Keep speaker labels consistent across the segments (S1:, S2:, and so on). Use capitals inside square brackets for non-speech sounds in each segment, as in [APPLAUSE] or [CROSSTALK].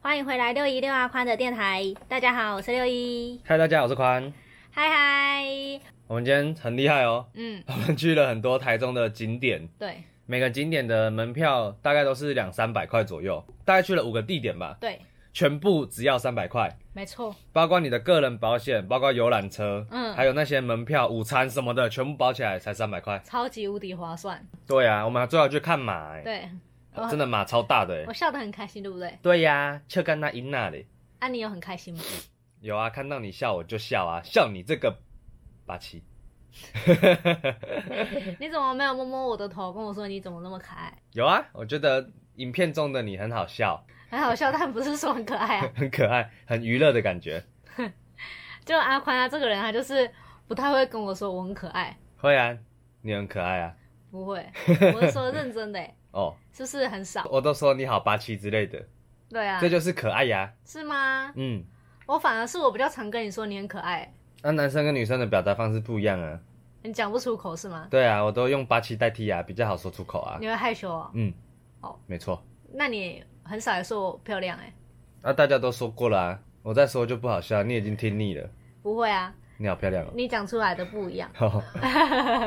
S1: 欢迎回来六一六阿宽的电台，大家好，我是六一，
S2: 嗨，大家好，我是宽。
S1: 嗨嗨，
S2: 我们今天很厉害哦， [LAUGHS]
S1: 嗯，
S2: 我们去了很多台中的景点，
S1: 对
S2: 每个景点的门票大概都是两三百块左右，大概去了五个地点吧，
S1: 对，
S2: 全部只要三百块，
S1: 没错，
S2: 包括你的个人保险，包括游览车，
S1: 嗯
S2: 还有那些门票、午餐什么的，全部包起来才三百块。
S1: 超级无敌划算，
S2: 对呀、我们还最后去看马、欸，
S1: 对，我
S2: 真的马超大的、欸
S1: 我。笑得很开心，对不对？
S2: 对呀、切干那因那里
S1: 啊，你有很开
S2: [LAUGHS]
S1: 心吗？
S2: 有啊，看到你笑我就笑啊，笑你这个八七。
S1: 你怎么没有摸摸我的头，跟我说你怎么那么可爱？
S2: 有啊，我觉得影片中的你很好笑，
S1: 很好笑，但不是说很可爱啊。 [LAUGHS]
S2: 很可爱，很娱乐的感觉。
S1: 就阿宽啊，这个人他就是不太会跟我说我很可爱，
S2: 会啊，你很可爱啊。
S1: 不
S2: [LAUGHS]
S1: 会，我是说认真的欸，
S2: 哦，
S1: 是不是很少？
S2: 我都说你好八七之类的，
S1: 对啊
S2: 这，就是可爱呀、
S1: 是吗？
S2: 嗯，
S1: 我反而是我比较常跟你说你很可爱欸，
S2: 那、男生跟女生的表达方式不一样啊。
S1: 你讲不出口是吗？
S2: 对啊，我都用八七代替啊，比较好说出口啊
S1: 你。会害羞哦？
S2: 嗯，
S1: 哦，
S2: 没错。
S1: 那你很少也说我漂亮哎、
S2: 那、大家都说过了啊，我再说就不好笑，你已经听腻了。
S1: 不会啊，
S2: 你好漂亮哦。 [LAUGHS]
S1: 你讲出来的不一样。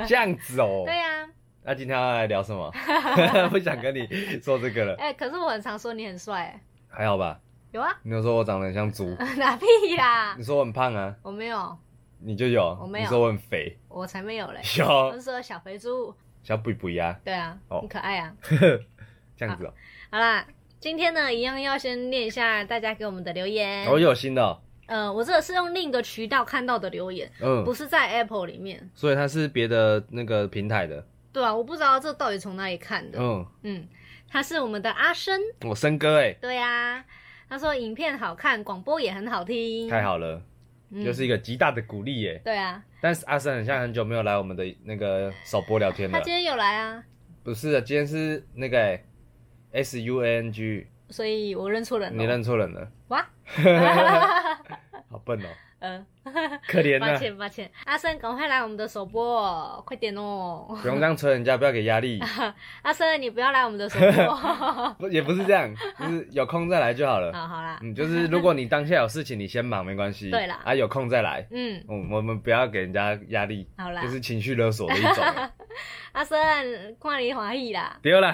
S2: 这样子哦。
S1: 对呀、啊，
S2: 那、今天要来聊什
S1: [LAUGHS]
S2: 么？ [LAUGHS] 不想跟你说这个了，
S1: 哎、可是我很常说你很帅、欸，
S2: 还好吧？
S1: 有啊， [LAUGHS]
S2: 你有说我长得很像猪，
S1: 哪屁啦，
S2: 你说我很胖啊，
S1: 我没有，
S2: 你就有。
S1: 我没有
S2: 你说我很肥， [LAUGHS]
S1: 我才没有嘞，我
S2: 有
S1: 是说小肥猪，
S2: 小补补呀，
S1: 对啊，
S2: 哦
S1: 很可爱啊。
S2: 这样子哦、
S1: 好啦，今天呢，一样要先念一下大家给我们的留言。
S2: 我、有新的、哦，
S1: 呃，我这个是用另一个渠道看到的留言，不
S2: 嗯，
S1: 是在 Apple 里面。
S2: 所以它是别的那个平台的，
S1: 对啊，我不知道这到底从哪里看的。
S2: 嗯，
S1: 嗯，他是我们的阿生，
S2: 我森哥哎、
S1: 对啊，他说影片好看，广播也很好听，
S2: 太好了，
S1: 嗯
S2: 又是一个极大的鼓励耶、
S1: 对啊，
S2: 但是阿森很像很久没有来我们的那个首播聊天
S1: 他
S2: 了
S1: 今，天有来啊，
S2: 不是的，今天是那个、欸、S U A N G，
S1: 所以我认错人了。
S2: 你认错人
S1: [LAUGHS]
S2: 了，
S1: 哇？
S2: 好笨哦、
S1: 嗯、
S2: 可怜
S1: 抱
S2: 啊呐、
S1: 歉抱歉，阿生赶快来我们的首播哦，快点哦！
S2: 不用这样催人家，不要给压力，
S1: 阿生你不要来我们的首
S2: [LAUGHS]
S1: 播，好
S2: 不也不是
S1: [LAUGHS]
S2: 这样，就是有空再来就好了。
S1: 好啦，
S2: 嗯，就是如果你当下有事情，你先忙没关系。
S1: 对啦
S2: 啊，有空再来。
S1: 嗯，
S2: 嗯，我们不要给人家压力，
S1: 好啦
S2: 就，是情绪勒索的一种。
S1: [LAUGHS] 阿生看你欢喜啦，
S2: 对啦，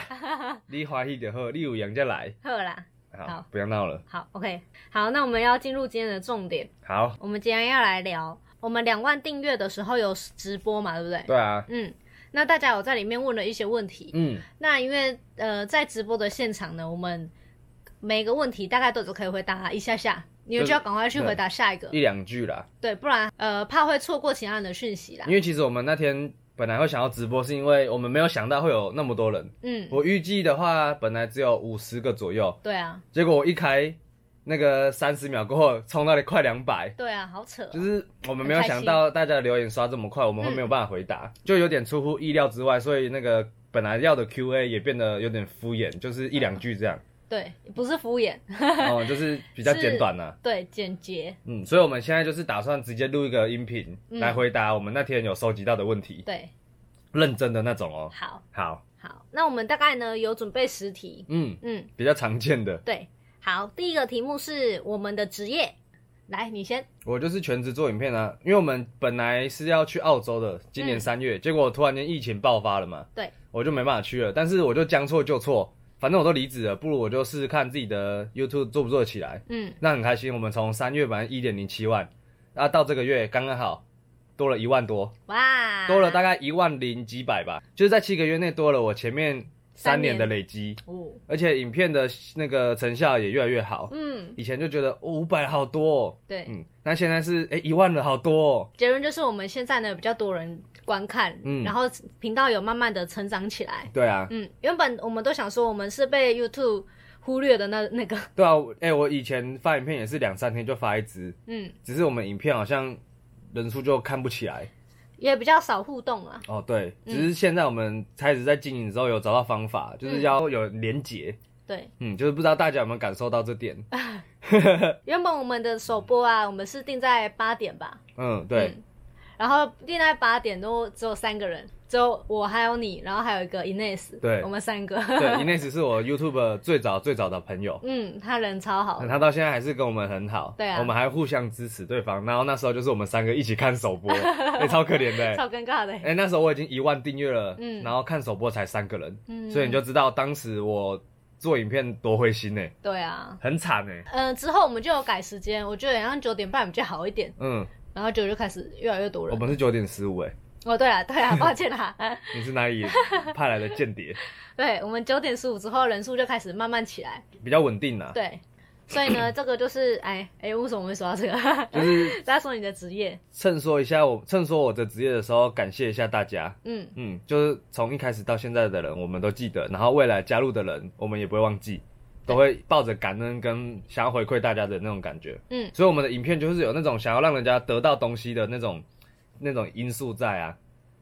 S2: 你欢喜就好，你有闲再来。
S1: 好啦，好
S2: 好，不要闹了。
S1: 好 OK，好，那我们要进入今天的重点，
S2: 好，
S1: 我们今天要来聊，我们两万订阅的时候有直播嘛，对不对？
S2: 对啊，
S1: 嗯，那大家有在里面问了一些问题，
S2: 嗯，
S1: 那因为呃，在直播的现场呢，我们每个问题大概都只可以回答一下下，你们就要赶快去回答下一个，
S2: 一两句啦。
S1: 对，不然呃怕会错过其他人的讯息啦
S2: 因。为其实我们那天本来会想要直播，是因为我们没有想到会有那么多人。
S1: 嗯，
S2: 我预计的话，本来只有五十个左右，
S1: 对啊，
S2: 结果我一开那个三十秒过后，冲到了快两百。
S1: 对啊，好扯哦、
S2: 就是我们没有想到大家留言刷这么快，我们会没有办法回答，就有点出乎意料之外，所以那个本来要的 Q&A 也变得有点敷衍，就是一两句这样，
S1: 对，不是敷衍，
S2: 哦，就是比较简短啦、啊
S1: 对，简洁，
S2: 嗯，所以我们现在就是打算直接录一个音频
S1: 嗯
S2: 来回答我们那天有收集到的问题，
S1: 对，
S2: 认真的那种哦。
S1: 好
S2: 好，
S1: 好，那我们大概呢有准备十题，
S2: 嗯，
S1: 嗯，
S2: 比较常见的，
S1: 对，好，第一个题目是我们的职业，来，你先，
S2: 我就是全职做影片啊，因为我们本来是要去澳洲的，今年
S1: 嗯
S2: 三月，结果突然间疫情爆发了嘛，
S1: 对，
S2: 我就没办法去了。但是我就将错就错，反正我都离职了，不如我就试试看自己的 YouTube 做不做得起来。
S1: 嗯，
S2: 那很开心，我们从三月版一点零七万，啊，到这个月刚刚好多了一万多，
S1: 哇，
S2: 多了大概一万零几百吧，就是在七个月内多了我前面
S1: 三
S2: 三
S1: 年
S2: 年的累积，
S1: 哦，
S2: 而且影片的那个成效也越来越好。
S1: 嗯，
S2: 以前就觉得哦五百、500好多、哦，
S1: 对，
S2: 嗯，那现在是哎一、万了，好多、哦。
S1: 结论就是我们现在呢比较多人观看，
S2: 嗯
S1: 然后频道有慢慢的成长起来。
S2: 对啊，
S1: 嗯，原本我们都想说我们是被 YouTube 忽略的那那个，
S2: 对啊，哎、我以前发影片也是两三天就发一支，
S1: 嗯，
S2: 只是我们影片好像人数就看不起来
S1: 也比较少互动了。
S2: 哦。对，
S1: 嗯
S2: 只是现在我们开始在经营之后，有找到方法，就是要有连结。
S1: 对，
S2: 嗯，就是不知道大家有没有感受到这点？
S1: 嗯原本我们的首播啊，我们是定在八点吧，
S2: 嗯，对，
S1: 嗯然后另外八点都只有三个人，只有我还有你，然后还有一个 Ines，
S2: 对
S1: 我们三个。
S2: [LAUGHS] 对，Ines 是我 YouTube 最早最早的朋友，
S1: [LAUGHS] 嗯，他人超好，
S2: 他到现在还是跟我们很好，
S1: 对啊
S2: 我们还互相支持对方。然后那时候就是我们三个一起看首
S1: [LAUGHS]
S2: 播，哎、超可怜的、欸。
S1: 超尴尬的。
S2: 哎、那时候我已经一万订阅了，
S1: 嗯
S2: 然后看首播才三个人，
S1: 嗯
S2: 所以你就知道当时我做影片多灰心呢、
S1: 对啊，
S2: 很惨呢、
S1: 呃，之后我们就有改时间，我觉得好像九点半比较好一点，
S2: 嗯，
S1: 然后九就开始越来越多
S2: 我
S1: 人。
S2: 们是九点十五哎，
S1: 哦，对啊，对
S2: [LAUGHS]
S1: 啊， [LAUGHS] 抱歉啦。
S2: 你是哪里派来的间谍？
S1: 对，我们九点十五之后人数就开始慢慢起来。
S2: 比较
S1: [LAUGHS]
S2: 稳定啦、啊
S1: 对，所以
S2: [COUGHS]
S1: 呢，这个就是哎哎，为什么我会说到这个？
S2: 就是
S1: [LAUGHS] 大家说你的职业，
S2: 趁说一下我趁说我的职业的时候，感谢一下大家。
S1: 嗯，
S2: 嗯，就是从一开始到现在的人，我们都记得，然后未来加入的人，我们也不会忘记，都会抱着感恩跟想要回馈大家的那种感觉。
S1: 嗯，
S2: 所以我们的影片就是有那种想要让人家得到东西的那种那种因素在啊。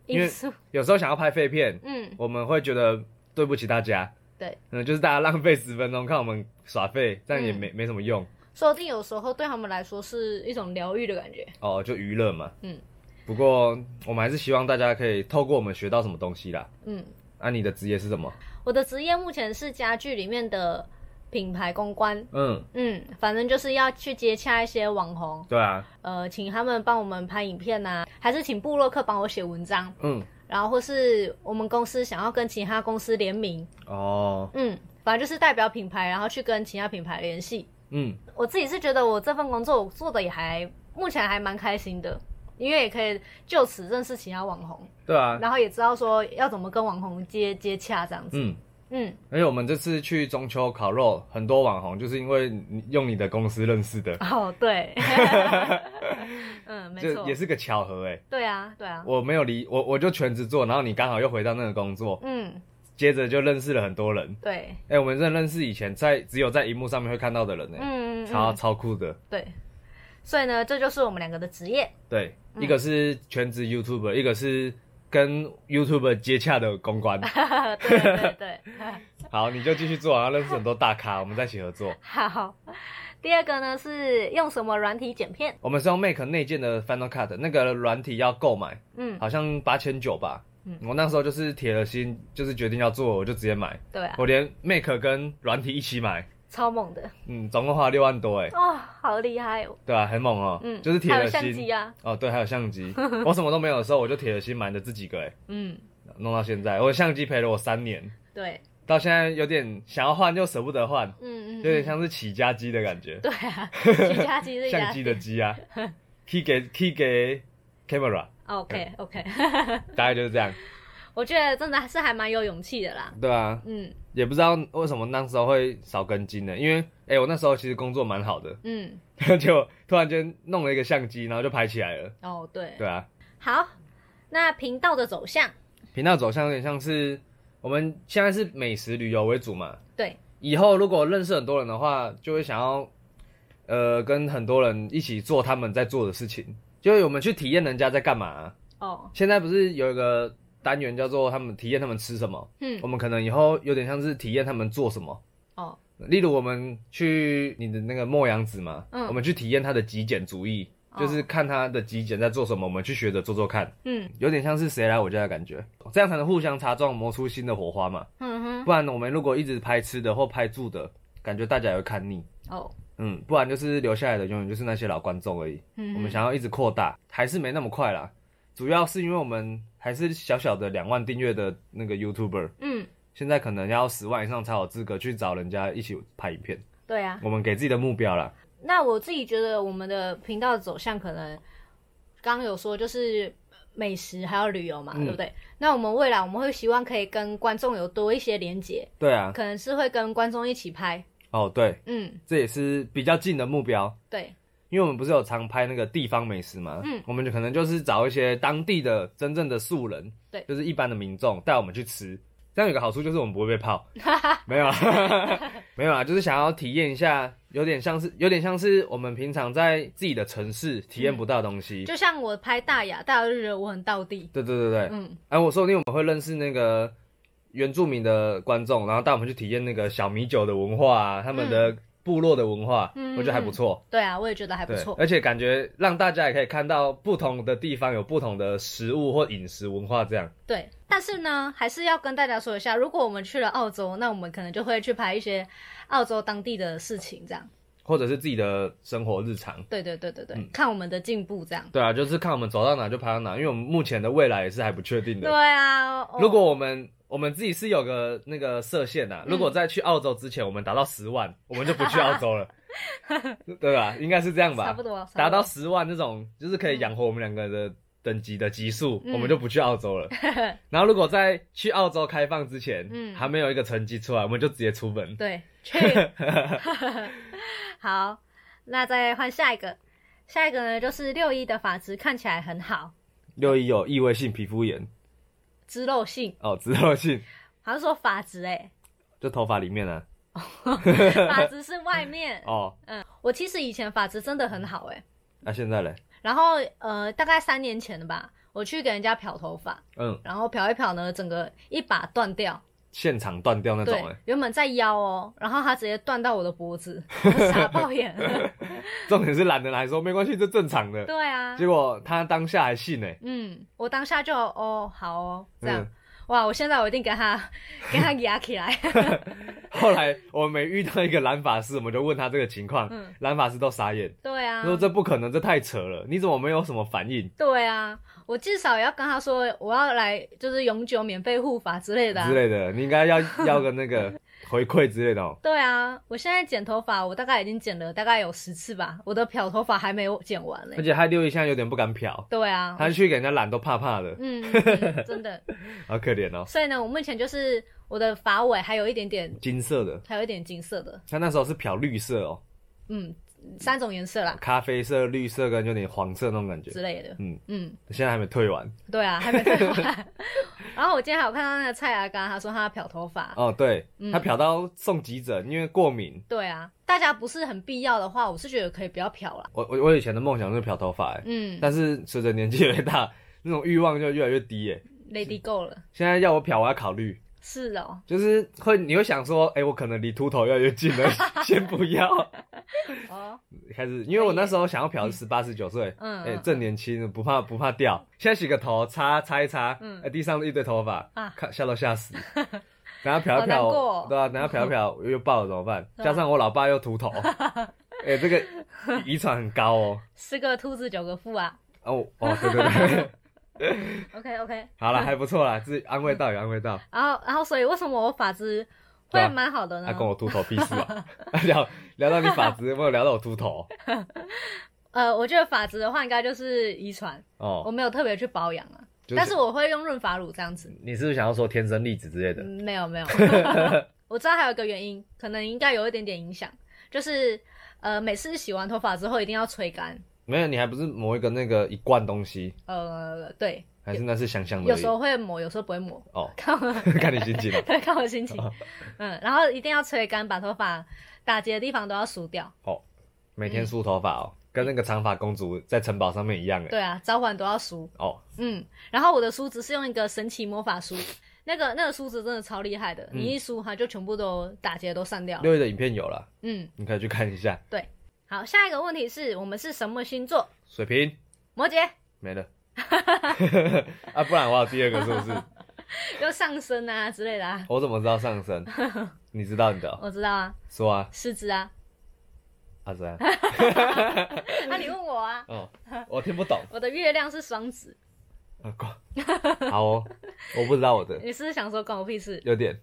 S2: 因为
S1: 因素，
S2: 有时候想要拍废片，
S1: 嗯，
S2: 我们会觉得对不起大家。
S1: 对，
S2: 嗯，就是大家浪费十分钟看我们耍废，这样
S1: 嗯
S2: 也没、没什么用
S1: 说不定有时候对他们来说是一种疗愈的感觉。
S2: 哦，就娱乐嘛。
S1: 嗯，
S2: 不过我们还是希望大家可以透过我们学到什么东西啦。
S1: 嗯，
S2: 那、你的职业是什么？
S1: 我的职业目前是家具里面的品牌公关。
S2: 嗯，
S1: 嗯，反正就是要去接洽一些网红，
S2: 对啊，
S1: 呃，请他们帮我们拍影片呐、还是请布洛克帮我写文章，
S2: 嗯。
S1: 然后或是我们公司想要跟其他公司联名，
S2: 哦，
S1: 嗯，反正就是代表品牌，然后去跟其他品牌联系。
S2: 嗯，
S1: 我自己是觉得我这份工作我做的也还目前还蛮开心的，因为也可以就此认识其他网红，
S2: 对啊，
S1: 然后也知道说要怎么跟网红接接洽这样子。
S2: 嗯，
S1: 嗯，
S2: 而且我们这次去中秋烤肉，很多网红就是因为你用你的公司认识的，
S1: 哦对，
S2: [LAUGHS]
S1: 嗯，没
S2: 这
S1: 错
S2: 也，是个巧合哎、
S1: 对啊，对啊，
S2: 我没有离我，我就全职做，然后你刚好又回到那个工作，
S1: 嗯，
S2: 接着就认识了很多人。
S1: 对，
S2: 哎、我们真的认识以前在只有在荧幕上面会看到的人呢、欸
S1: 嗯，嗯
S2: 超
S1: 嗯
S2: 超酷的。
S1: 对，所以呢，这就是我们两个的职
S2: [LAUGHS]
S1: 业。
S2: 对，
S1: 嗯
S2: 一个是全职 YouTuber，一个是跟 YouTuber 接洽的
S1: [LAUGHS]
S2: 公关。
S1: 对对对，
S2: 好，你就继续做，然后认识很多大咖，我们在一起合作。
S1: 好。第二个呢是用什么软体剪片？
S2: 我们是用 Make 内建的 Final Cut，那个软体要购买，
S1: 嗯，
S2: 好像八千九吧。
S1: 嗯
S2: 我那时候就是铁了心，就是决定要做，我就直接买，
S1: 对啊，
S2: 我连 Make 跟软体一起买，
S1: 超猛的
S2: 嗯，总共花了六万多哎，
S1: 哦，好厉害哦。
S2: 对啊，很猛哦、
S1: 嗯，
S2: 就是铁
S1: 还有
S2: 了
S1: 相机
S2: 心。
S1: 啊，
S2: 哦，对，还有相机， [LAUGHS] 我什么都没有的时候，我就铁了心买了这几个哎，
S1: 嗯，
S2: 弄到现在，我的相机陪了我三年，
S1: 对，
S2: 到现在有点想要换又舍不得换，
S1: 嗯嗯，
S2: 有
S1: 嗯
S2: 点像是起家机的感觉，
S1: [LAUGHS] 对
S2: [LAUGHS]
S1: 啊，徐佳琪是一
S2: 相
S1: 家
S2: 机的机
S1: [LAUGHS]
S2: 啊，key 给 key 给 camera，
S1: 哦 OK
S2: 嗯
S1: OK， [LAUGHS]
S2: 大概就是这样，
S1: 我觉得真的是还蛮有勇气的啦。
S2: 对啊，
S1: 嗯
S2: 也不知道为什么那时候会少根筋呢？因为哎、诶我那时候其实工作蛮好的， [LAUGHS]
S1: 嗯，
S2: 就突然间弄了一个相机，然后就拍起来了。
S1: 哦对，
S2: 对啊，
S1: 好，那频道的走向，
S2: 频道走向有点像是我们现在是美食旅游为主嘛，
S1: 对，
S2: 以后如果认识很多人的话，就会想要呃跟很多人一起做他们在做的事情，就是我们去体验人家在干嘛啊、
S1: 哦，
S2: 现在不是有一个单元叫做他们体验他们吃什么，
S1: 嗯
S2: 我们可能以后有点像是体验他们做什么。
S1: 哦，
S2: 例如我们去你的那个莫阳子嘛，
S1: 嗯
S2: 我们去体验他的极简主义，
S1: 哦
S2: 就是看他的极简在做什么，我们去学着做做看，
S1: 嗯
S2: 有点像是谁来我家的感觉，这样才能互相擦撞，磨出新的火花嘛。
S1: 嗯哼，
S2: 不然我们如果一直拍吃的或拍住的，感觉大家也会看腻。
S1: 哦，
S2: 嗯，不然就是留下来的永远就是那些老观众而已。
S1: 嗯
S2: 我们想要一直扩大，还是没那么快啦。主要是因为我们还是小小的两万订阅的那个 YouTuber，
S1: 嗯，
S2: 现在可能要十万以上才有资格去找人家一起拍影片。
S1: 对 [LAUGHS] 啊。
S2: 我们给自己的目标啦，
S1: 那我自己觉得我们的频道走向可能刚刚有说就是美食还有旅游嘛，
S2: 嗯
S1: 对不对？那我们未来我们会希望可以跟观众有多一些连接，
S2: 对啊，
S1: 可能是会跟观众一起拍，
S2: 哦对，
S1: 嗯，
S2: 这也是比较近的目标，
S1: 对，
S2: 因为我们不是有常拍那个地方美食嘛，
S1: 嗯，
S2: 我们就可能就是找一些当地的真正的素人，
S1: 对
S2: 就是一般的民众带我们去吃，这样有个好处就是我们不会
S1: [LAUGHS]
S2: 被泡，没有啊，没有啊， [LAUGHS] 就是想要体验一下，有点像是有点像是我们平常在自己的城市体验不到的东西，
S1: 就像我拍大雅，大家就觉得我很道地，
S2: 对对对对，
S1: 嗯，
S2: 哎、我说不定我们会认识那个原住民的观众，然后带我们去体验那个小米酒的文化啊，他们的部落的文化，
S1: 嗯
S2: 我觉得还不错。
S1: 对啊，我也觉得还不
S2: 对
S1: 错，。
S2: 而且感觉让大家也可以看到不同的地方有不同的食物或饮食文化这样。
S1: 对，但是呢，还是要跟大家说一下，如果我们去了澳洲，那我们可能就会去拍一些澳洲当地的事情，这样。
S2: 或者是自己的生活日常。
S1: 对对对对对，
S2: 嗯
S1: 看我们的进步这样。
S2: 对啊，就是看我们走到哪就拍到哪，因为我们目前的未来也是还不确定
S1: 对
S2: 的。
S1: 啊，哦
S2: 如果我们我们自己是有个那个设限呐、啊，
S1: 嗯
S2: 如果在去澳洲之前我们达到十万，我们就不去澳洲了， [LAUGHS] 对吧？应该是这样
S1: 差
S2: 吧
S1: 不？多差不多
S2: 达到十万这种就是可以养活我们两个的等级的级数，
S1: 嗯
S2: 我们就不去澳洲
S1: [LAUGHS]
S2: 了。然后如果在去澳洲开放之前，
S1: 嗯
S2: 还没有一个成绩出来，我们就直接出门。 [LAUGHS]
S1: 对，去。 [LAUGHS] 好，那再换下一个，下一个呢就是六一的发质看起来很好，
S2: 六一有异位性皮肤炎
S1: 脂漏性，
S2: 哦，脂漏性
S1: 好像说发质
S2: [LAUGHS]
S1: 哎、
S2: 就头发里面啊。
S1: 发质是外面。
S2: 哦，
S1: 我其实以前发质真的很好哎、
S2: 那、现在嘞？
S1: 然后呃大概三年前吧，我去给人家漂头发，
S2: 嗯，
S1: 然后漂一漂呢，整个一把断掉，
S2: 现场断掉那种、
S1: 对
S2: 欸，，
S1: 原本在腰哦，然后它直接断到我的脖子，我傻爆眼
S2: [LAUGHS]
S1: 了。
S2: 重点是懒得来说没关系，这正常的。
S1: 对啊，
S2: 结果他当下还信呢、
S1: 嗯，我当下就哦好哦这样，
S2: 嗯
S1: 哇，我现在我一定给他
S2: [LAUGHS]
S1: 给他压起来。
S2: 后来我们每遇到一个染发师，我们就问他这个情况，
S1: 嗯
S2: 染发师都傻眼，
S1: 对啊
S2: 他，说这不可能，这太扯了，你怎么没有什么反应
S1: 对啊，我至少也要跟他说我要来就是永久免费护发之类的啊、
S2: 之类的？你应
S1: [LAUGHS]
S2: 该要要个那个回馈之类的哦。
S1: 对啊，我现在剪头发，我大概已经剪了大概有十次吧，我的漂头发还没有剪完嘞、
S2: 而且他六一现在有点不敢漂，
S1: 对啊，
S2: 他去给人家染都怕怕的，
S1: 嗯，嗯
S2: [LAUGHS]
S1: 嗯真的。
S2: 好可怜哦。
S1: 所以呢，我目前就是我的发尾还有一点点，
S2: 金色的，
S1: 还有一点金色的，
S2: 他那时候是漂绿色哦，
S1: 嗯，三种颜色啦
S2: 咖啡色、绿色跟有点黄色那种感觉。
S1: 之类的。
S2: 嗯，
S1: 嗯，
S2: 现在还没退完。
S1: 对啊，还没退完。 [LAUGHS] 然后我今天还有看到那个蔡阿刚，他说他漂头发。
S2: 哦，对，
S1: 嗯
S2: 他漂到送急诊，因为过敏。
S1: 对啊，大家不是很必要的话，我是觉得可以不要漂啦。
S2: 我我我以前的梦想是漂头发，哎、
S1: 嗯
S2: 但是随着年纪越来越大， [LAUGHS] 那种欲望就越来越低，哎。
S1: ，Lady Go 了。
S2: 现在要我漂，我要考虑，
S1: 是哦，
S2: 就是会你会想说，哎、我可能离秃头越来越近
S1: [LAUGHS]
S2: 了，先不要。
S1: 哦，
S2: 开始，因为我那时候想要漂十八十九岁，
S1: 嗯
S2: 哎、
S1: 嗯
S2: 正年轻，不怕不怕掉。现在洗个头，擦擦一擦，嗯，地上一堆头发，
S1: 啊
S2: 看吓都
S1: [LAUGHS]
S2: 吓死。等下漂一
S1: 好难
S2: 漂，
S1: 过哦
S2: 对啊，等下漂
S1: [LAUGHS]
S2: 一漂又爆了怎么办？
S1: 对啊
S2: 加上我老爸
S1: [LAUGHS]
S2: 又秃头，哎、这个遗传很高哦。
S1: 四个兔子九个富啊。
S2: 哦哦，对对
S1: [LAUGHS]
S2: 对，
S1: OK OK，
S2: 好了，还不错啦，自己安慰到有安慰到。
S1: 然后然后所以为什么我发质
S2: 对
S1: 会
S2: 啊
S1: 蛮好的呢？
S2: 他、跟我秃头屁事
S1: [LAUGHS]
S2: 啊！ [LAUGHS] 聊聊到你发质，没有聊到我秃头
S1: 呃，我觉得发质的话，应该就是遗传，我
S2: 哦。
S1: 没有特别去保养啊，
S2: 就
S1: 但是我会用润发乳这样子。
S2: 你是不是想要说天生丽质之类的？
S1: 嗯没有没有，我知道还有一个原因，可能应该有一点点影响，就是呃，每次洗完头发之后一定要吹干。
S2: 没有，你还不是抹一个那个一罐东西，
S1: 呃，对，
S2: 还是那是香香的
S1: 有
S2: 而已？
S1: 时候会抹，有时候不会抹，，
S2: 哦
S1: [LAUGHS] 看我
S2: 看你心情了。
S1: 对看我心情。嗯，然后一定要吹干，把头发打结的地方都要梳掉。
S2: 哦，每天梳头发哦，跟那个长发公主在城堡上面一样哎。
S1: 嗯对啊，早晚都要梳。
S2: 哦，
S1: 嗯，然后我的梳子是用一个神奇魔法梳，那个那个梳子真的超厉害的，你一梳它就全部都打结都散掉了。
S2: 六月的影片有了，
S1: 嗯，
S2: 你可以去看一下。
S1: 对。好，下一个问题是我们是什么星座？[LAUGHS]
S2: 水瓶
S1: 摩羯
S2: 没了。 [LAUGHS] 啊，不然我还有第二个是
S1: [LAUGHS]
S2: 不是？
S1: 又上升啊之类的啊，
S2: 我怎么知道上升？你知道你的哦、
S1: 我知道啊，
S2: 说啊，
S1: 狮子啊，
S2: 阿三。
S1: 那、你问我啊，
S2: 哦，我听不懂。
S1: 我的月亮是双子，
S2: 啊，
S1: [LAUGHS]
S2: 挂。好哦，我不知道我的，
S1: 你是不是想说关我屁事？
S2: 有点。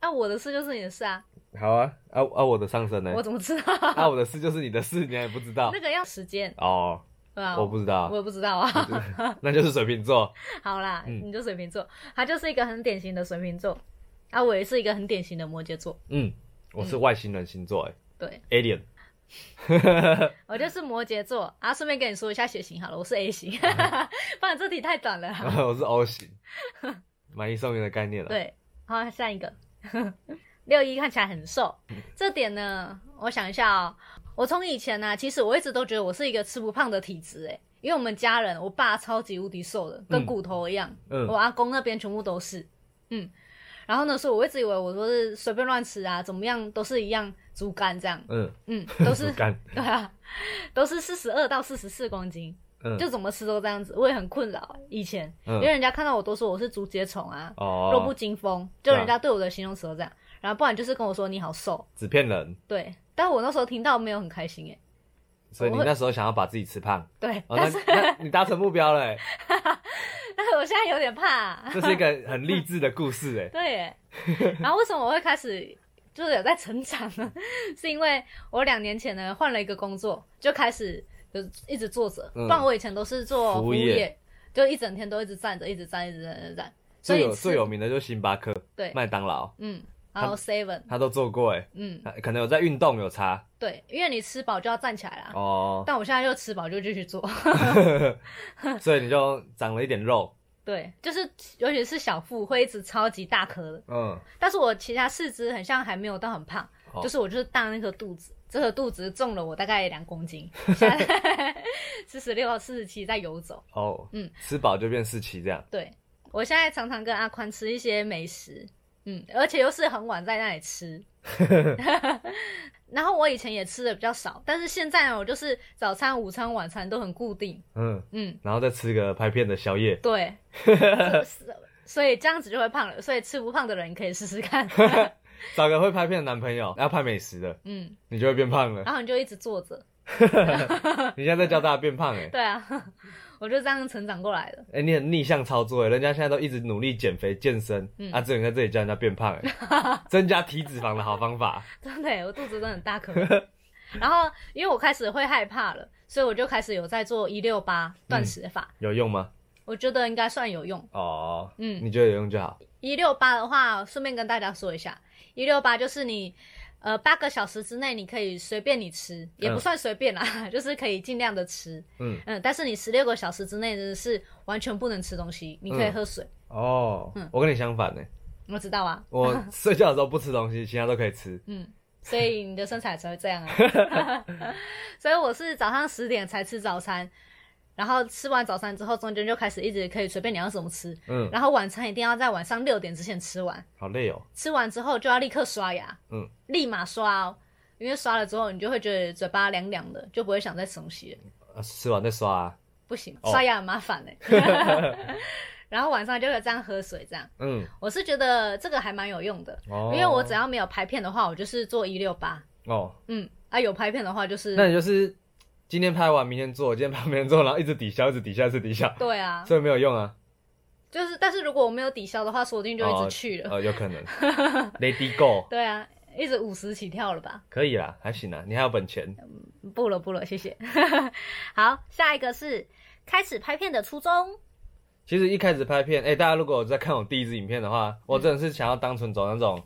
S1: 啊，我的事就是你的事啊，
S2: 好啊，啊啊，我的上身呢
S1: 我？怎么知道？
S2: [LAUGHS] 啊，我的事就是你的事，你还不知道
S1: 那个要时间，
S2: 哦？
S1: 对吧？
S2: 我不知道
S1: 我，也不知道啊。
S2: 那就是 [LAUGHS] 水瓶座。
S1: [LAUGHS] 好啦，
S2: 嗯
S1: 你就水瓶座，他就是一个很典型的水瓶座，啊，我也是一个很典型的摩羯座，
S2: 嗯，我是外星人星座，哎
S1: 对。
S2: ，alien。
S1: 我就是摩羯座啊，顺便跟你说一下血型好了，我是 A 型， [LAUGHS] 不然这题太短了啦。
S2: [LAUGHS] 我是 O 型，买一送一的概念了。
S1: 对，好，下一个， [LAUGHS] 六一看起来很瘦，
S2: 嗯
S1: 这点呢，我想一下哦，我从以前呢、啊其实我一直都觉得我是一个吃不胖的体质，诶，因为我们家人，我爸超级无敌瘦的，跟
S2: 嗯
S1: 骨头一样，
S2: 嗯
S1: 我阿公那边全部都是，嗯，然后那时候我一直以为我都是随便乱吃啊，怎么样都是一样竹竿这样，
S2: 嗯， [LAUGHS]
S1: 嗯，都是
S2: 猪肝，
S1: [LAUGHS] 对啊，都是四十二到四十四公斤，
S2: 嗯，
S1: 就怎么吃都这样子，我也很困扰。欸以前、因为
S2: 嗯
S1: 人家看到我都说我是竹节虫啊，
S2: 哦，
S1: 弱不禁风，就
S2: 对啊
S1: 人家对我的形容词都这样，然后不然就是跟我说你好瘦，
S2: 只骗人，
S1: 对，但我那时候听到没有很开心哎、
S2: 所以你
S1: 我会
S2: 那时候想要把自己吃胖，
S1: 对，
S2: 哦，
S1: 但
S2: 那
S1: 是
S2: 那你达成目标了欸，
S1: [LAUGHS] 但是我现在有点怕、 [LAUGHS] 啊，
S2: 这是一个很励志的故事哎，
S1: 对耶。然后为什么我会开始就是有在成长呢？ [LAUGHS] 是因为我两年前呢换了一个工作，就开始就一直坐着，
S2: 嗯
S1: 不然我以前都是做
S2: 服
S1: 服
S2: 务
S1: 务
S2: 业
S1: 业，就一整天都一直站着，一直站，一直站，一直站。 [LAUGHS] 所
S2: 最
S1: 以
S2: 有
S1: 吃
S2: 最有名的就是星巴克、
S1: 对，
S2: 麦当劳，
S1: 嗯，然后 seven，
S2: 他都做过哎，
S1: 嗯，
S2: 他可能有在运动有差
S1: 对，因为你吃饱就要站起来啦。 [LAUGHS]
S2: 哦，
S1: 但我现在就吃饱就继续做，
S2: 所以你就长了一点肉，
S1: 对，就是尤其是小腹会一直超级大颗的，
S2: 嗯，
S1: 但是我其他四肢很像还没有到很胖，
S2: 哦
S1: 就是我就是大那个肚子，这个肚子重了我大概两公斤，现在四十六、四十七在游走。
S2: 哦，
S1: 嗯，
S2: 吃饱就变四七这样，
S1: 对我现在常常跟阿宽吃一些美食，嗯，而且又是很晚在那里吃。然后我以前也吃的比较少，但是现在呢，我就是早餐、午餐、晚餐都很固定，
S2: 嗯，
S1: 嗯，
S2: 然后再吃个拍片的宵夜，
S1: 对，所所以这样子就会胖了，所以吃不胖的人可以试试看，
S2: 找个会拍片的男朋友，要拍美食的，
S1: 嗯，
S2: 你就会变
S1: [LAUGHS]
S2: 胖了。
S1: 然后你就一直坐着，
S2: 你现在在教大家变胖哎、
S1: [LAUGHS]
S2: 欸，
S1: 对啊，我就这样成长过来的。
S2: 哎、你很逆向操作哎、人家现在都一直努力减肥健身，
S1: 嗯
S2: 啊，只有你在这里教人家变胖哎、
S1: [LAUGHS]
S2: 增加体脂肪的好方法。
S1: 真的耶，我肚子真的很大颗。然后因为我开始会害怕了，所以我就开始有在做一六八断食法，
S2: 有用吗？
S1: 我觉得应该算有用。
S2: 哦，
S1: 嗯，
S2: 你觉得有用就好。
S1: 一六八的话，顺便跟大家说一下，一六八就是你。呃，八个小时之内你可以随便你吃，也不算随便啦， [LAUGHS] 就是可以尽量的吃。
S2: 嗯，
S1: 嗯，但是你十六个小时之内呢是完全不能吃东西，你可以
S2: 嗯
S1: 喝水。
S2: 哦，
S1: 嗯
S2: 我跟你相反呢、
S1: 我知道啊，
S2: 我睡觉的时候不吃东西，其他都可以吃。
S1: 嗯，所以你的身材才会这样
S2: [LAUGHS]
S1: 啊。所以我是早上十点才吃早餐，然后吃完早餐之后，中间就开始一直可以随便你要怎么吃，
S2: 嗯，
S1: 然后晚餐一定要在晚上六点之前吃完，
S2: 好累哦。
S1: 吃完之后就要立刻刷牙，
S2: 嗯，
S1: 立马刷哦，因为刷了之后你就会觉得嘴巴凉凉的，就不会想再吃东西了。
S2: 啊吃完再刷、啊。
S1: 不行，
S2: 哦
S1: 刷牙很麻烦嘞、 [LAUGHS] 然后晚上就会这样喝水，这样
S2: 嗯，
S1: 我是觉得这个还蛮有用的，
S2: 哦，
S1: 因为我只要没有排片的话，我就是做一六八，
S2: 哦，
S1: 嗯，啊有拍片的话就是
S2: 那你就是今天拍完，明天做，今天拍明天做，然后一直抵消，一直抵消，一直抵消，
S1: 对啊，
S2: 所以没有
S1: [LAUGHS]
S2: 用啊。
S1: 就是但是如果我没有抵消的话，说不定就一直去了。
S2: 呃，有
S1: [LAUGHS]
S2: 可能。Lady Go
S1: 对啊，一直五十起跳了吧？
S2: 可以啦，还行啦，你还有本钱。
S1: 不了不了，谢 [LAUGHS] 谢。好，下一个是开始拍片的初衷。
S2: 其实一开始拍片，哎、大家如果有在看我第一支影片的话，
S1: 嗯
S2: 我真的是想要单纯走那种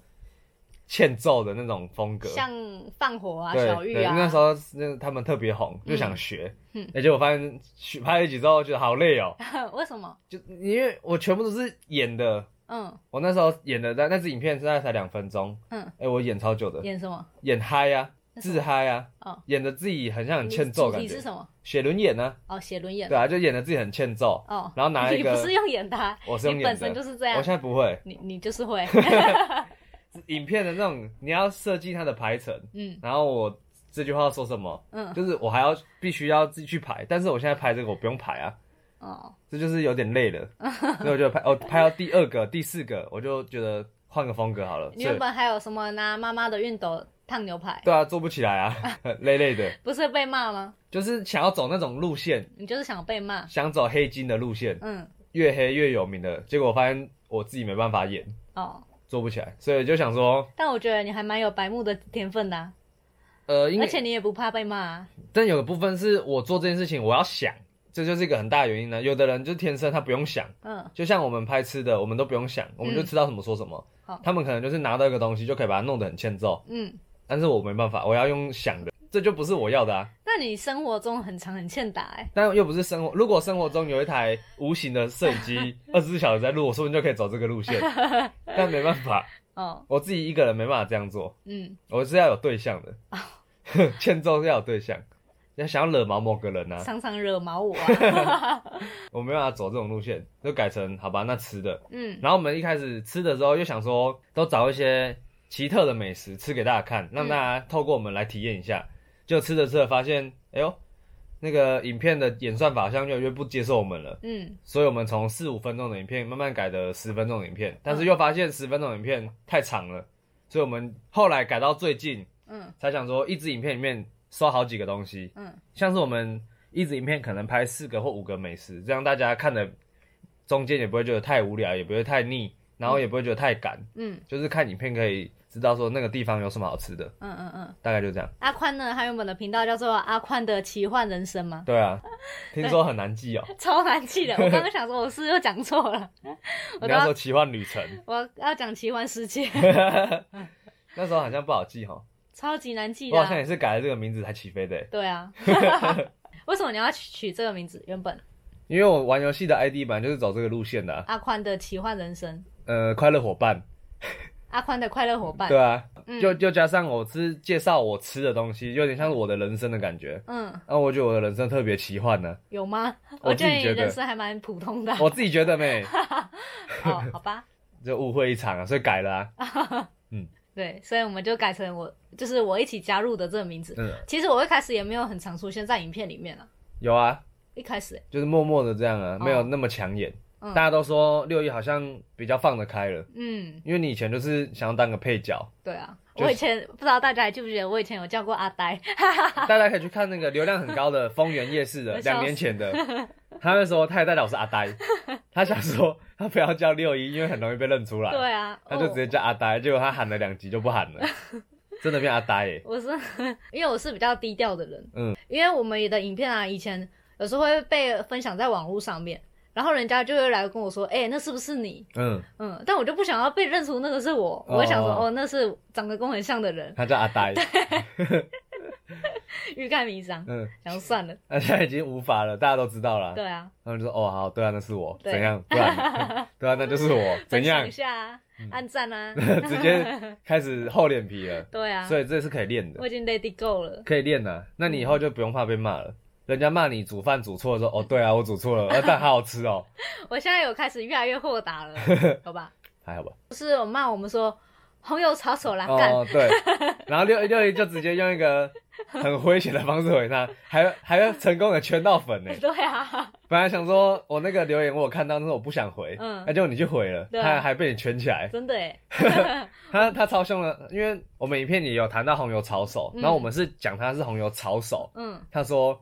S2: 欠揍的那种风格。
S1: 像放火啊、
S2: 对
S1: 小玉
S2: 对
S1: 啊，
S2: 那时候那他们特别红，就想学。
S1: 嗯
S2: 而且我发现学拍了几之后觉得好累哦、
S1: [LAUGHS]
S2: [LAUGHS]
S1: 为什么？
S2: 就因为我全部都是演的。
S1: 嗯
S2: 我那时候演的那那支影片大概才两分钟，
S1: 嗯，
S2: 哎、我演超久的，
S1: 演什么？
S2: 演嗨呀、
S1: 那什么
S2: 自嗨呀、
S1: 哦
S2: 演的自己很像很
S1: 你
S2: 欠揍
S1: 主
S2: 感
S1: 题
S2: 觉
S1: 是。什么？
S2: 雪伦演呢、
S1: 哦，写轮眼
S2: 对。啊，就演的自己很欠揍。
S1: 哦，
S2: 然后拿
S1: [LAUGHS]
S2: 一
S1: 你
S2: 个
S1: 不是用演的啊，
S2: 我是用
S1: 你
S2: 演的
S1: 本身就是这
S2: 我
S1: 样
S2: 现，在不会，
S1: 你你就是会， [LAUGHS]
S2: 影片的那种你要设计它的排程，
S1: 嗯
S2: 然后我这句话要说什么，
S1: 嗯
S2: 就是我还要必须要自己去排，但是我现在排这个我不用排啊，
S1: 哦，
S2: 这就是有点
S1: [LAUGHS]
S2: 累了，所以我就拍，我哦拍到第二个、第四个，我就觉得换个风格好了，
S1: 你
S2: 所
S1: 原
S2: 以
S1: 本还有什么拿妈妈的熨斗烫牛排，
S2: 对啊，做不起来啊， [LAUGHS] 累累的，
S1: 不是被骂吗？
S2: 就是想要走那种路线，
S1: 你就是想被骂，
S2: 想走黑金的路线，
S1: 嗯，
S2: 越黑越有名的，结果我发现我自己没办法演，
S1: 哦，
S2: 做不起来，所以就想说，
S1: 但我觉得你还蛮有白目的天分的啊、
S2: 呃，因为
S1: 而且你也不怕被骂、啊。
S2: 但有的部分是我做这件事情，我要想，这就是一个很大的原因呢。有的人就天生他不用想，
S1: 嗯，
S2: 就像我们拍吃的，我们都不用想，我们就吃到什么说什么。
S1: 好
S2: 他们可能就是拿到一个东西就可以把它弄得很欠揍，
S1: 嗯，
S2: 但是我没办法，我要用想的，这就不是我要的啊。
S1: 那你生活中很常很欠打哎、
S2: 但又不是生活，如果生活中有一台无形的摄影机，二十四小时在录，我说不定就可以走这个路线。但没办法，
S1: 哦，
S2: 我自己一个人没办法这样做，
S1: 嗯，
S2: [LAUGHS] 我是要有对象的。欠揍是要有对象，要想要惹毛某个人呢、啊，
S1: 常常惹毛我、
S2: [LAUGHS]
S1: 啊。
S2: 我没办法走这种路线，就改成好吧，那吃的。
S1: 嗯
S2: 然后我们一开始吃的时候，又想说都找一些奇特的美食吃给大家看，让大家透过我们来体验一下。就吃着吃着发现，哎呦，那个影片的演算法好像越来越不接受我们了，
S1: 嗯，
S2: 所以我们从四五分钟的影片慢慢改的十分钟的影片，但是又发现十分钟的影片太长了，所以我们后来改到最近
S1: 嗯
S2: 才想说，一支影片里面刷好几个东西，
S1: 嗯
S2: 像是我们一支影片可能拍四个或五个美食，这样大家看的中间也不会觉得太无聊，也不会太腻，然后也不会觉得太赶，
S1: 嗯
S2: 就是看影片可以知道说那个地方有什么好吃的，
S1: 嗯嗯嗯。
S2: 大概就这样。
S1: 阿宽呢？他原本的频道叫做阿宽的奇幻人生吗？
S2: 对
S1: [LAUGHS]
S2: 啊，听说很难记哦、
S1: 超难记的，我刚刚想说我是不是又讲错
S2: [LAUGHS]
S1: 了，我都
S2: 你要
S1: 要
S2: 说奇幻旅程，
S1: 我要讲奇幻世界，
S2: 那时候好像不好记哈，
S1: 超级难记的
S2: 我
S1: 啊、
S2: 好像也是改了这个名字才起飞的欸，
S1: 对
S2: [LAUGHS]
S1: 啊，为什么你要取取这个名字？原本
S2: 因为我玩游戏的 ID 本来就是走这个路线的啊、
S1: 阿宽的奇幻人生，
S2: 呃，快乐伙伴，
S1: 阿宽的快乐伙伴
S2: 对，啊，
S1: 嗯
S2: 就就加上我吃介绍我吃的东西，有点像是我的人生的感觉。
S1: 嗯，
S2: 那、啊我觉得我的人生特别奇幻呢、
S1: 有吗？
S2: 我
S1: 我觉得
S2: 自己
S1: 你
S2: 觉得
S1: 人生还蛮普通的，啊
S2: 我自己觉得没，
S1: 哦，好吧，
S2: 就误会一场啊，所以改了啊。
S1: 对，所以我们就改成我就是我一起加入的这个名字。
S2: 嗯，
S1: 其实我一开始也没有很常出现在影片里面啊，
S2: 有啊，
S1: 一开始欸，
S2: 就是默默的这样啊，
S1: 哦
S2: 没有那么抢眼。
S1: 嗯
S2: 大家都说六一好像比较放得开了，
S1: 嗯，
S2: 因为你以前就是想要当个配角，
S1: 对啊，
S2: 就是
S1: 我以前不知道大家还记不记得，我以前有叫过阿
S2: [LAUGHS]
S1: 呆，
S2: 大家可以去看那个流量很高的丰原夜市的
S1: [LAUGHS] 我笑死
S2: 两年前的， [LAUGHS] 他那时候他也代表是阿呆，他想说他不要叫六一，因为很容易被认出来，
S1: 对啊，
S2: 他就直接叫阿呆，结果他喊了两集就不喊了，
S1: 哦
S2: 真的变阿呆耶、
S1: 我是 [LAUGHS] 因为我是比较低调的人，
S2: 嗯，
S1: 因为我们的影片啊，以前有时候会被分享在网络上面，然后人家就会来跟我说，哎、那是不是你？
S2: 嗯，
S1: 嗯，但我就不想要被认出那个是我，
S2: 哦
S1: 我会想说，哦，那是长得跟我很像的人，
S2: 他叫阿呆，
S1: 欲盖弥彰，
S2: 嗯，
S1: 然后算
S2: [LAUGHS]
S1: 了，
S2: 那现在已经无法了，大家都知道了。
S1: 对啊，
S2: 他们就说：“哦，好，对啊，那是我，
S1: 对
S2: 怎样？不
S1: [LAUGHS]
S2: 然呢，对啊，那就是我，怎
S1: 分享
S2: 样嗯
S1: 一？下啊，按赞
S2: [LAUGHS]
S1: 啊，
S2: 直接开始厚脸皮了。
S1: 对 [LAUGHS] 啊，
S2: 所以这是可以练的
S1: 我，已嗯经 let it go 了，
S2: 可以练的、那你以后就不用怕被骂了。人家骂你煮饭煮错的时候，哦，对啊，我煮错了，呃但好好吃哦，
S1: 我现在有开始越来越豁达
S2: [LAUGHS]
S1: 了，好吧？
S2: 还好吧？
S1: 就是我骂我们说红油抄手啦，啊干、
S2: 哦，对。然后六六一就直接用一个很诙谐的方式回他，还还要成功的圈到粉呢。
S1: [LAUGHS] 对啊，
S2: 本来想说我那个留言我有看到，但是我不想回，
S1: 嗯
S2: 那结果你去回了，
S1: 对啊
S2: 他还被你圈起来。”
S1: 真的哎，
S2: 他他超凶的，因为我们影片里有谈到红油抄手，然后我们是讲他是红油抄手，
S1: 嗯。。
S2: 他说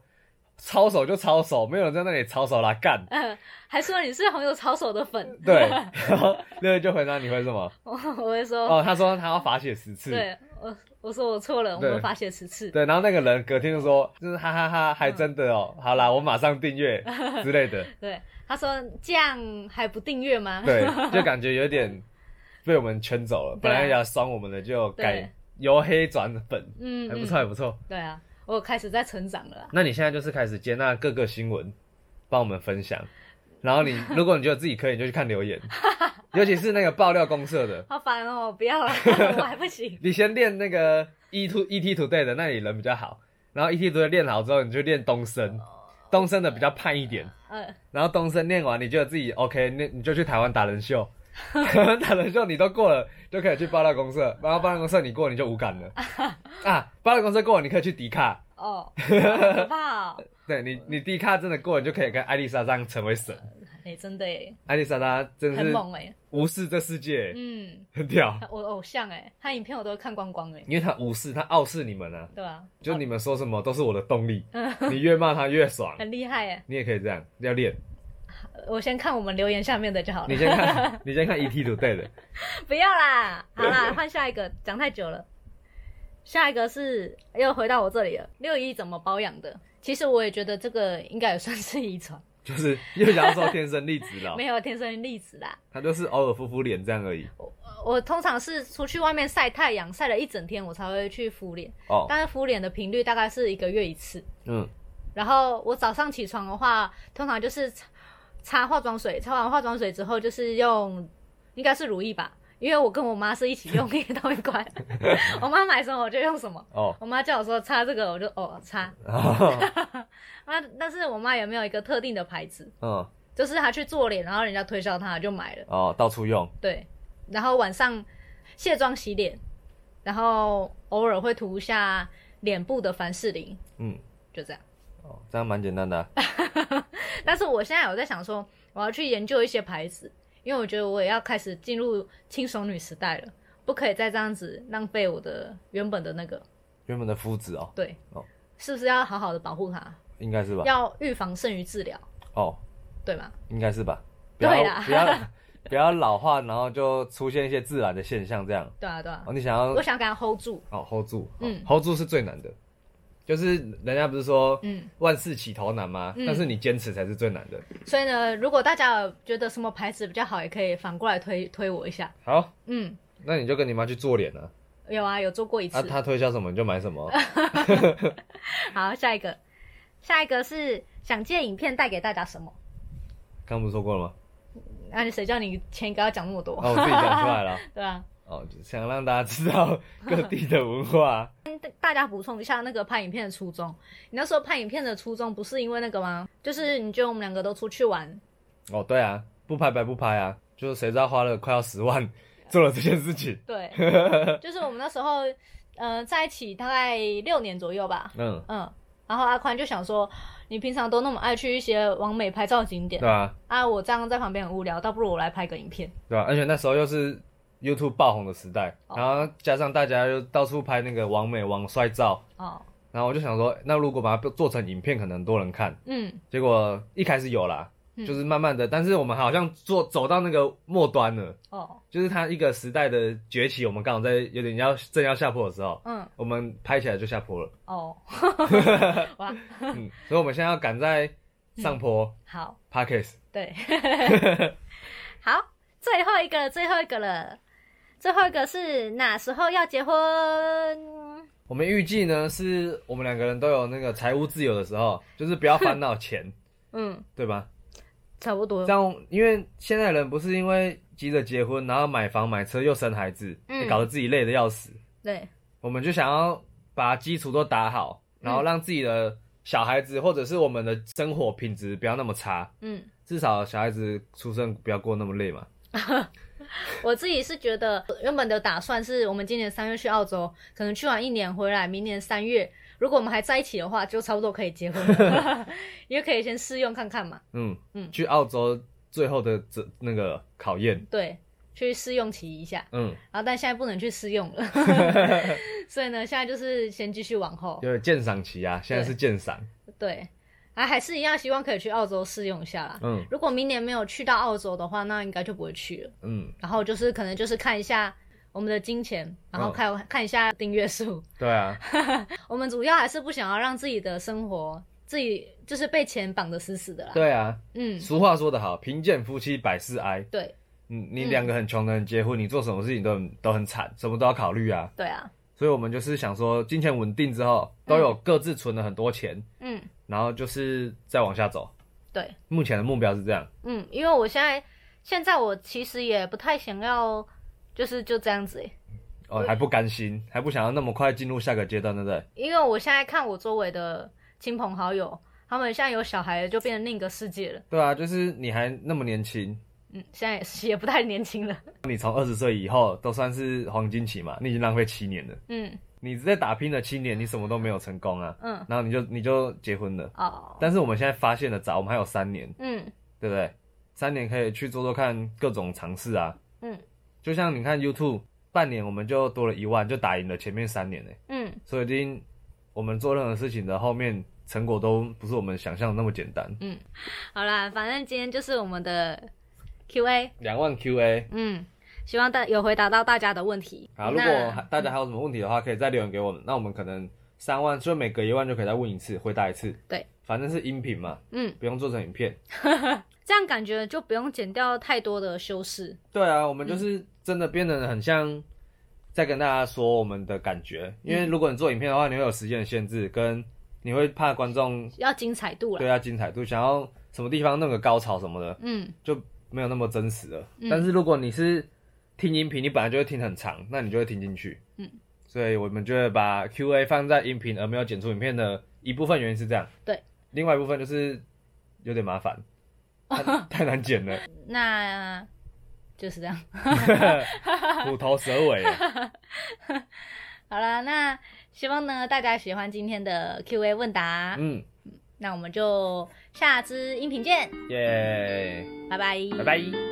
S2: 抄手就抄手，没有人在那里抄手啦，干
S1: 嗯， [LAUGHS] 还说你是红油抄手的粉，
S2: 对，然后六月就回答你会什么？
S1: [LAUGHS] 我我会说，
S2: 哦，他说他要罚写十次。
S1: 对我我说我错了，我
S2: 对
S1: 们发泄十次，
S2: 对然后那个人隔天就说，就是哈哈哈
S1: 嗯
S2: 还真的哦，好啦，我马上订阅之
S1: [LAUGHS]
S2: 类的。
S1: 对，他说这样还不订阅吗？
S2: 对，就感觉有点被我们圈走了，
S1: 对
S2: 本
S1: 啊
S2: 来要酸我们的就
S1: 对
S2: 改由黑转粉，
S1: 嗯，
S2: 还不
S1: 嗯
S2: 错，还不错。
S1: 对啊，我开始在成长了
S2: [LAUGHS]
S1: 啦，
S2: 那你现在就是开始接纳各个新闻，帮我们分享。然后你，如果你觉得自己可以，你就去看留言，尤其是那个爆料公社的，
S1: 好烦哦，不要了，
S2: [LAUGHS]
S1: 我还不行，
S2: 你先练那个 E t o E T Today 的，那里人比较好。然后 E T Today 练好之后，你就练东升，东升的比较叛一点。
S1: 呃，
S2: 然后东升练完，你觉得自己 OK，那你就去台湾打人秀。台湾打人秀你都过了，就可以去爆料公社。然后爆料公社你过，你就无感了啊！爆料公社过，你可以去迪卡。
S1: 哦，好可怕
S2: [LAUGHS]
S1: 哦，
S2: 对你，你迪卡真的过，你就可以跟艾丽莎这样成为神。
S1: 哎，真的耶，
S2: 艾丽莎她真的
S1: 很
S2: 是
S1: 猛哎，
S2: 无视这世界，
S1: 嗯，
S2: 很屌，
S1: 我偶像哎，他影片我都看光光哎，
S2: 因为她无视，她傲视你们啊，
S1: 对啊，
S2: 就你们说什么都是我的动力，
S1: 嗯，
S2: 你越骂她越爽。
S1: 很厉害哎，
S2: 你也可以这样，要练。
S1: 我先看我们留言下面的就好了
S2: 你，先
S1: [LAUGHS]
S2: 看，你先看 ET 组队的，
S1: 不要啦，好啦， [LAUGHS] 换下一个，讲太久了。下一个是又回到我这里了，六一怎么保养的？其实我也觉得这个应该也算是遗传，
S2: 就是又想要说天生丽质了
S1: [LAUGHS] 没，有天生丽质啦。
S2: 她就是偶尔敷敷脸这样而已。
S1: 我通常是出去外面晒太阳，晒了一整天，我才会去敷脸。
S2: 哦，
S1: 但是敷脸的频率大概是一个月一次。
S2: 嗯，
S1: 然后我早上起床的话，通常就是擦擦化妆水，擦完化妆水之后就是用应该是乳液吧，因为我跟我妈是一起用一个东西关，我妈买什么我就用什么。
S2: 哦， [LAUGHS]
S1: 我妈叫我说擦这个，我就哦擦。
S2: 哦
S1: 啊，但是我妈也没有一个特定的牌子，
S2: 嗯，
S1: 就是她去做脸，然后人家推销她她就买了。
S2: 哦，到处用，
S1: 对，然后晚上卸妆洗脸，然后偶尔会涂一下脸部的凡士林，
S2: 嗯，
S1: 就这样。
S2: 哦，这样蛮简单的啊、
S1: [LAUGHS] 但是我现在有在想说，我要去研究一些牌子，因为我觉得我也要开始进入轻熟女时代了，不可以再这样子浪费我的原本的那个。
S2: 原本的肤质哦，
S1: 对，
S2: 哦啊
S1: 是不是要好好的保护它？
S2: 应该是吧？
S1: 要预防胜于治疗，
S2: 哦，
S1: 对吗？
S2: 应该是吧？不
S1: 对
S2: 要
S1: 啦
S2: 不要 [LAUGHS] 不要老化，然后就出现一些自然的现象这样。
S1: 对啊，对啊。
S2: 哦，你想要
S1: 我想给它 hold 住，
S2: 哦 hold 住，嗯
S1: 嗯
S2: ，hold 住是最难的，就是人家不是说
S1: 嗯，
S2: 万事起头难吗？
S1: 嗯
S2: 但是你坚持才是最难的。
S1: 所以呢，如果大家有觉得什么牌子比较好，也可以反过来推推我一下。
S2: 好，
S1: 嗯，
S2: 那你就跟你妈去做脸啊，
S1: 有啊，有做过一次。
S2: 啊，她推销什么你就买什么。
S1: 好，下一个，下一个是想借影片带给大家什么？
S2: 刚不是说过了吗？
S1: 那、你谁叫你前一个要讲那么多？
S2: 哦，我自己讲出来了。
S1: 对啊，
S2: 哦，就想让大家知道各地的文化。
S1: 大家补充一下那个拍影片的初衷。你那时候拍影片的初衷不是因为那个吗？就是你觉得我们两个都出去玩，
S2: 哦，对啊，不拍白不拍啊，就是谁知道花了快要十万做了这件事情。 [LAUGHS]
S1: 对，就是我们那时候，呃，在一起大概六年左右吧，
S2: 嗯，
S1: 嗯，然后阿宽就想说，你平常都那么爱去一些完美拍照的景
S2: 对
S1: 点，
S2: 吧、啊？
S1: 啊，我这样在旁边很无聊，倒不如我来拍个影片，
S2: 对啊吧、而且那时候又是 YouTube 爆红的时代，
S1: 哦
S2: 然后加上大家又到处拍那个完美网帅照，
S1: 哦，
S2: 然后我就想说，那如果把它做成影片，可能很多人看。
S1: 嗯，
S2: 结果一开始有啦，
S1: 嗯
S2: 就是慢慢的，但是我们好像做走到那个末端了，
S1: 哦，
S2: 就是它一个时代的崛起，我们刚好在有点要正要下坡的时候，
S1: 嗯，
S2: 我们拍起来就下坡了。
S1: [LAUGHS]
S2: [LAUGHS]
S1: 哦，哇，
S2: 嗯，所以我们现在要赶在上坡
S1: 好，
S2: Parkes，
S1: 对， [LAUGHS] 好，最后一个，最后一个了，最后一个是哪时候要结婚？
S2: 我们预计呢是我们两个人都有那个财务自由的时候，就是不要烦恼钱， [LAUGHS]
S1: 嗯，
S2: 对吧？
S1: 差不多
S2: 这，样，因为现在人不是因为急着结婚，然后买房买车又生孩子，
S1: 嗯
S2: 搞得自己累得要死。
S1: 对，
S2: 我们就想要把基础都打好，然后让自己的小孩子或者是我们的生活品质不要那么差，
S1: 嗯。
S2: 至少小孩子出生不要过那么累嘛。
S1: 我自己是觉得，原本的打算是我们今年三月去澳洲，可能去完一年回来，明年三月，如果我们还在一起的话，就差不多可以结婚了， [LAUGHS] 也可以先试用看看嘛。
S2: 嗯
S1: 嗯
S2: 去澳洲最后的这那个考验，
S1: 对，去试用期一下，
S2: 嗯，
S1: 然后但现在不能去试用了， [LAUGHS] 所以呢，现在就是先继续往后。
S2: 就是鉴赏期啊，现在是鉴赏，
S1: 对，啊，还是一样，希望可以去澳洲试用一下啦。
S2: 嗯
S1: 如果明年没有去到澳洲的话，那应该就不会去了。
S2: 嗯，
S1: 然后就是可能就是看一下我们的金钱，然后看、看一下订阅数。
S2: 对啊，
S1: 我们主要还是不想要让自己的生活，自己就是被钱绑得死死的啦。
S2: 对啊，
S1: 嗯，
S2: 俗话说得好，贫贱夫妻百事哀。
S1: 对，
S2: 嗯，你
S1: 嗯
S2: 两个很穷的人结婚，你做什么事情都很都很惨，什么都要考虑啊。
S1: 对啊，
S2: 所以我们就是想说，金钱稳定之后，都有各自存了很多钱，
S1: 嗯，
S2: 然后就是再往下走。
S1: 对，
S2: 目前的目标是这样。
S1: 嗯，因为我现在现在我其实也不太想要，就是就这样子欸、
S2: 哦，还不甘心，还不想要那么快进入下个阶段，对不对？
S1: 因为我现在看我周围的亲朋好友，他们现在有小孩了，就变成另一个世界了。
S2: 对啊，就是你还那么年轻，
S1: 嗯，现在也是也不太年轻了。
S2: 你从二十岁以后都算是黄金期嘛，你已经浪费七年了。
S1: 嗯，
S2: 你在打拼了七年，你什么都没有成功啊，
S1: 嗯，
S2: 然后你就你就结婚了。
S1: 哦，
S2: 但是我们现在发现的早，我们还有三年，
S1: 嗯
S2: 对不对？三年可以去做做看各种尝试啊。
S1: 嗯
S2: 就像你看 YouTube，半年我们就多了一万，就打赢了前面三年呢、
S1: 嗯，
S2: 所以已经我们做任何事情的后面成果都不是我们想象的那么简单。
S1: 好啦，反正今天就是我们的 Q&A。
S2: 两万 QA，
S1: 嗯，希望大有回答到大家的问题。
S2: 好，如
S1: 那
S2: 果还大家还有什么问题的话，可以再留言给我们。那我们可能三万，就每隔一万就可以再问一次，回答一次。
S1: 对，
S2: 反正是音频嘛，
S1: 嗯，
S2: 不用做成影片。
S1: 这样感觉就不用剪掉太多的修饰。
S2: 对啊，我们就是真的变得很像在跟大家说我们的感觉，因为如果你做影片的话，你会有时间的限制，跟你会怕观众
S1: 要精彩度啦。
S2: 对啊精彩度，想要什么地方弄个高潮什么的，
S1: 嗯
S2: 就没有那么真实了。
S1: 嗯
S2: 但是如果你是听音频，你本来就会听很长，那你就会听进去。
S1: 嗯，
S2: 所以我们就会把 Q&A 放在音频，而没有剪出影片的一部分原因是这样。
S1: 对，
S2: 另外一部分就是有点麻烦，
S1: [LAUGHS]
S2: 太太难剪了，
S1: 那就是这样。 [LAUGHS]
S2: 虎头蛇尾。
S1: 好了，那希望呢大家喜欢今天的 Q&A 问答，
S2: 嗯，
S1: 那我们就下支音频见，
S2: 耶，
S1: 拜拜，
S2: 拜拜。